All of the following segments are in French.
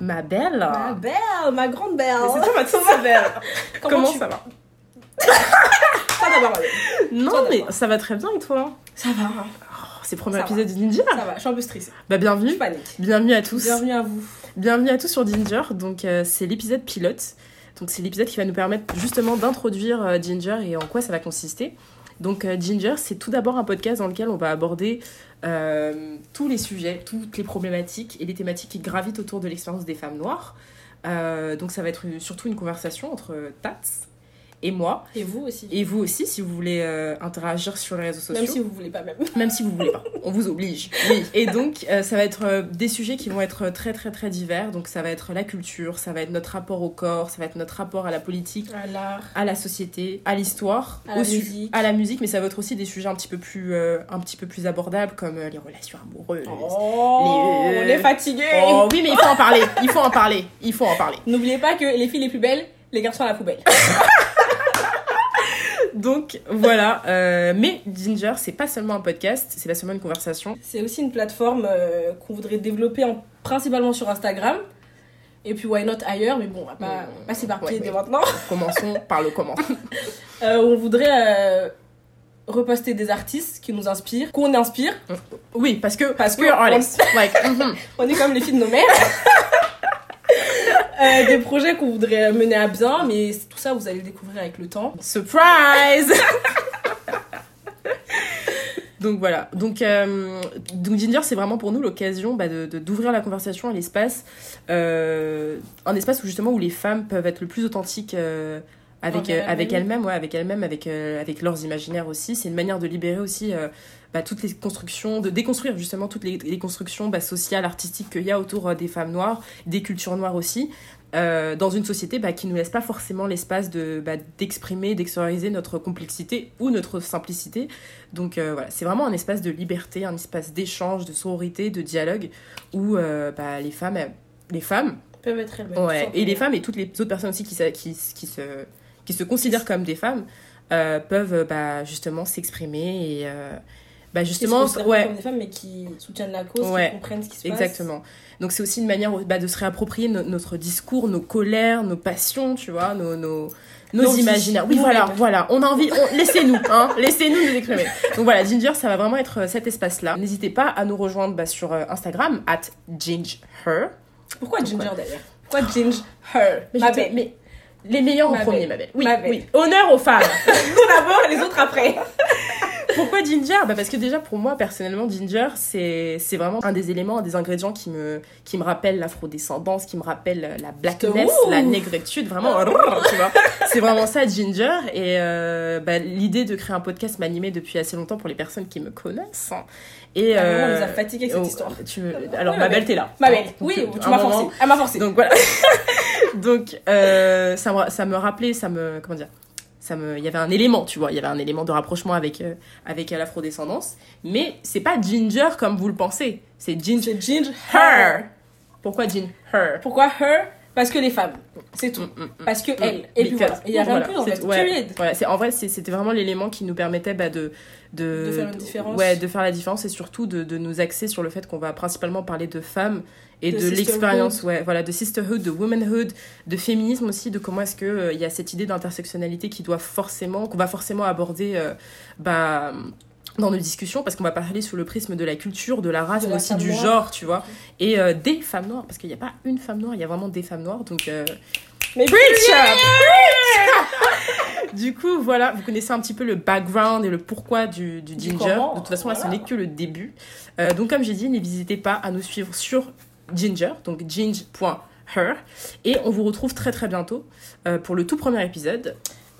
Ma belle Ma belle, ma grande belle. Ah. C'est toi ma petite belle Comment, tu- ça va Toi d'abord, allez. Non Toi, mais d'abord. ça va très bien et toi Ça va, hein. Oh, C'est le premier Ça épisode de Ginger ça va. Je suis un peu stressée. Bah Je bienvenue panique. Bienvenue à tous Bienvenue à vous. Bienvenue à tous sur Ginger, donc euh, c'est l'épisode pilote. Donc c'est l'épisode qui va nous permettre justement d'introduire euh, Ginger et en quoi ça va consister. Donc euh, Ginger, c'est tout d'abord un podcast dans lequel on va aborder euh, tous les sujets, toutes les problématiques et les thématiques qui gravitent autour de l'expérience des femmes noires. Euh, donc ça va être euh, surtout une conversation entre euh, Tats et moi, Et vous aussi. et vous aussi si vous voulez euh, interagir sur les réseaux sociaux. Même si vous voulez pas même. Même si vous voulez pas, on vous oblige. Oui. Et donc, euh, ça va être euh, des sujets qui vont être très très très divers. Donc, ça va être la culture, ça va être notre rapport au corps, ça va être notre rapport à la politique, À l'art. à la société, à l'histoire, À la au su- musique. à la musique. Mais ça va être aussi des sujets un petit peu plus euh, un petit peu plus abordables comme euh, les relations amoureuses. Oh, Les- on est fatigué. Oh, oui, mais il faut en parler. Il faut en parler. Il faut en parler. N'oubliez pas que les filles les plus belles, les garçons à la poubelle. Donc voilà. euh, mais Ginger, c'est pas seulement un podcast, c'est pas seulement une conversation. C'est aussi une plateforme euh, qu'on voudrait développer en- principalement sur Instagram. Et puis why not ailleurs, mais bon, on va pas, Mmh. pas s'éparpiller Ouais, dès ouais. maintenant. Commençons par le comment. Euh, on voudrait euh, reposter des artistes qui nous inspirent, qu'on inspire. Oui, parce que Parce que we're on- honest. Like, mhm. On est comme les filles de nos mères. Euh, des projets qu'on voudrait mener à bien, mais tout ça vous allez le découvrir avec le temps. Surprise Donc voilà, donc, euh, donc Ginger, c'est vraiment pour nous l'occasion bah, de- de- d'ouvrir la conversation à l'espace, euh, un espace où justement où les femmes peuvent être le plus authentiques euh, avec, Envers euh, avec elles-mêmes. elles-mêmes, ouais, avec elles-mêmes, avec, euh, avec leurs imaginaires aussi. C'est une manière de libérer aussi euh, bah, toutes les constructions, de déconstruire justement toutes les, les constructions bah, sociales, artistiques qu'il y a autour euh, des femmes noires, des cultures noires aussi, euh, dans une société bah, qui ne nous laisse pas forcément l'espace de, bah, d'exprimer, d'extérioriser notre complexité ou notre simplicité. Donc euh, voilà, c'est vraiment un espace de liberté, un espace d'échange, de sororité, de dialogue, où euh, bah, les femmes... elles- les femmes, Peuvent être elles-mêmes. ouais, tout et les simplement. femmes et toutes les autres personnes aussi qui, se- qui, se- qui, se, qui se considèrent comme des femmes euh, peuvent euh, bah, justement s'exprimer et euh, bah, Qui se justement considèrent pas ouais, comme des femmes, mais qui soutiennent la cause, Ouais. qui comprennent ce qui se passe. Exactement. Donc c'est aussi une manière bah, de se réapproprier no- notre discours, nos colères, nos passions, tu vois, nos, nos, nos Nos vies. imaginaires. Oui, Nos voilà, rêves. voilà. On a envie, on- laissez-nous, hein, laissez-nous nous exprimer. Donc voilà, Ginger, ça va vraiment être euh, cet espace-là. N'hésitez pas à nous rejoindre bah, sur euh, Instagram, at ginger. Pourquoi Pourquoi Ginger d'ailleurs Pourquoi Ginger Her Mais, Ma je te- belle. mais les meilleurs Ma en belle. premier, ma belle. Oui, Ma belle. oui. Honneur aux femmes. Nous d'abord, les autres après. Pourquoi ginger bah Parce que déjà pour moi personnellement ginger c'est c'est vraiment un des éléments, un des ingrédients qui me, qui me rappelle l'afrodescendance, qui me rappelle la blackness, Ouh. la négritude, vraiment tu vois. C'est vraiment ça ginger et euh, bah, l'idée de créer un podcast m'animait depuis assez longtemps pour les personnes qui me connaissent. Et, Ah, vraiment, euh, on nous a fatigués avec cette oh, histoire. tu me- Alors Oui, ma ma belle t'es là. Ma belle. Donc, Oui, euh, tu un m'as moment- forcé. Elle m'a forcé. donc voilà. Donc euh, ça, me, ça me rappelait, ça me comment dire, ça me, il y avait un élément, tu vois, il y avait un élément de rapprochement avec euh, avec l'afrodescendance. Mais c'est pas ginger comme vous le pensez, c'est ginger. C'est Ginger Her. Pourquoi ginger? Mm, Pourquoi her Parce que les femmes. C'est tout. Parce que elles. Et puis Because- voilà. Et il y a rien de plus en c'est- fait. ouais, Period. voilà, c'est en vrai c'est- c'était vraiment l'élément qui nous permettait bah, de, de De faire une différence. ouais de faire la différence et surtout de, de nous axer sur le fait qu'on va principalement parler de femmes et De de, sisterhood. l'expérience ouais voilà de sisterhood de womanhood de féminisme aussi de comment est-ce que euh, il y a cette idée d'intersectionnalité qui doit forcément qu'on va forcément aborder euh, bah dans nos discussions parce qu'on va parler sous le prisme de la culture de la race De mais la aussi femme du noire. genre tu vois et euh, des femmes noires parce qu'il n'y a pas une femme noire il y a vraiment des femmes noires donc euh, Mais Preach period. Du coup, voilà, vous connaissez un petit peu le background et le pourquoi du, du Du Ginger. comment, de toute façon, là, ce voilà. n'est que le début. Euh, donc, comme j'ai dit, n'hésitez pas à nous suivre sur Ginger, donc ginger.her. Et on vous retrouve très très bientôt euh, pour le tout premier épisode.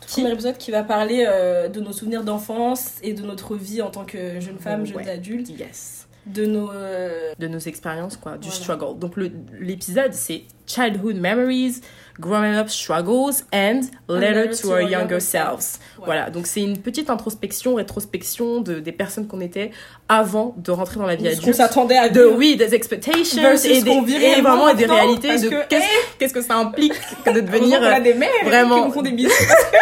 Qui- Premier épisode qui va parler euh, de nos souvenirs d'enfance et de notre vie en tant que jeune femme, jeune Ouais. adulte, Yes. de nos. euh, De nos expériences, quoi, du Voilà. struggle. Donc, le- l'épisode, c'est Childhood Memories, Growing Up Struggles, and Letter to Our Younger Selves. Ouais. Voilà, donc c'est une petite introspection, rétrospection de, des personnes qu'on était avant de rentrer dans la vie de ce qu'on adulte. s'attendait à De vivre oui, des expectations versus et, ce des, qu'on vit et vraiment et des maintenant, réalités parce de que, qu'est-ce qu'est-ce que ça implique que de Heureusement devenir euh, qu'on a des mères vraiment- qui nous font des bisous.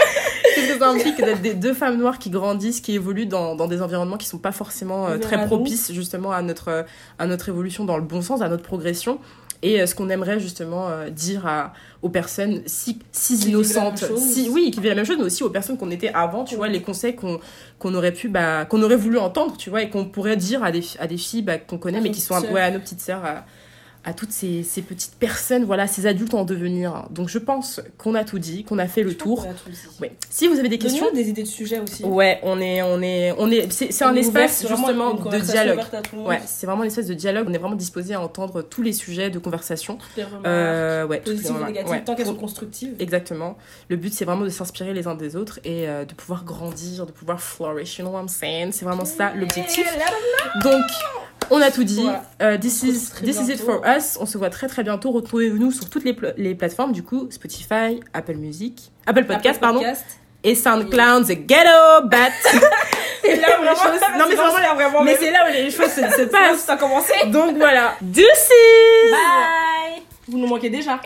qu'est-ce que ça implique d'être des deux femmes noires qui grandissent, qui évoluent dans, dans des environnements qui sont pas forcément euh, Vers très nous. propices justement à notre à notre évolution dans le bon sens, à notre progression. et euh, ce qu'on aimerait justement euh, dire à, aux personnes si, si Qui vivent la même innocentes, chose. si, oui, qui vivent la même chose, mais aussi aux personnes qu'on était avant, tu Oui. vois, les conseils qu'on qu'on aurait pu, bah, qu'on aurait voulu entendre, tu vois, et qu'on pourrait dire à des, à des filles bah, qu'on connaît, À mais nos qui sont un- petites sœurs. ouais, à nos petites sœurs, à, à toutes ces, ces petites personnes, voilà, ces adultes en devenir. Donc je pense qu'on a tout dit, qu'on a fait le tour. Ouais. Si vous avez des questions, Questions, des idées de sujets aussi. Ouais, on est, on est, on est. C'est c'est On un est ouvert, espace c'est vraiment justement une de conversation dialogue. ouverte à tout le monde. Ouais, c'est vraiment un espace de dialogue. On est vraiment disposé à entendre tous les sujets de conversation. Des remarques, Euh, ouais, toutes les positives ou remarques, négatives, ouais. tant qu'elles sont constructives. Exactement. Le but, c'est vraiment de s'inspirer les uns des autres et euh, de pouvoir grandir, de pouvoir flourish. You know what I'm saying? C'est vraiment ça l'objectif. Yeah, là, Donc, on a tout dit. Voilà. Euh, this On se is, retrouve très this is it bientôt. for us. On se voit très très bientôt. Retrouvez-nous sur toutes les, pla- les plateformes, du coup, Spotify, Apple Music, Apple Podcast, après pardon, le podcast. et SoundCloud, The Ghetto Bat. C'est là où les choses. Non, mais c'est vraiment là vraiment. Mais c'est là où les choses se, se là où passent. ça a commencé. Donc voilà. Deuces Bye. Vous nous manquez déjà.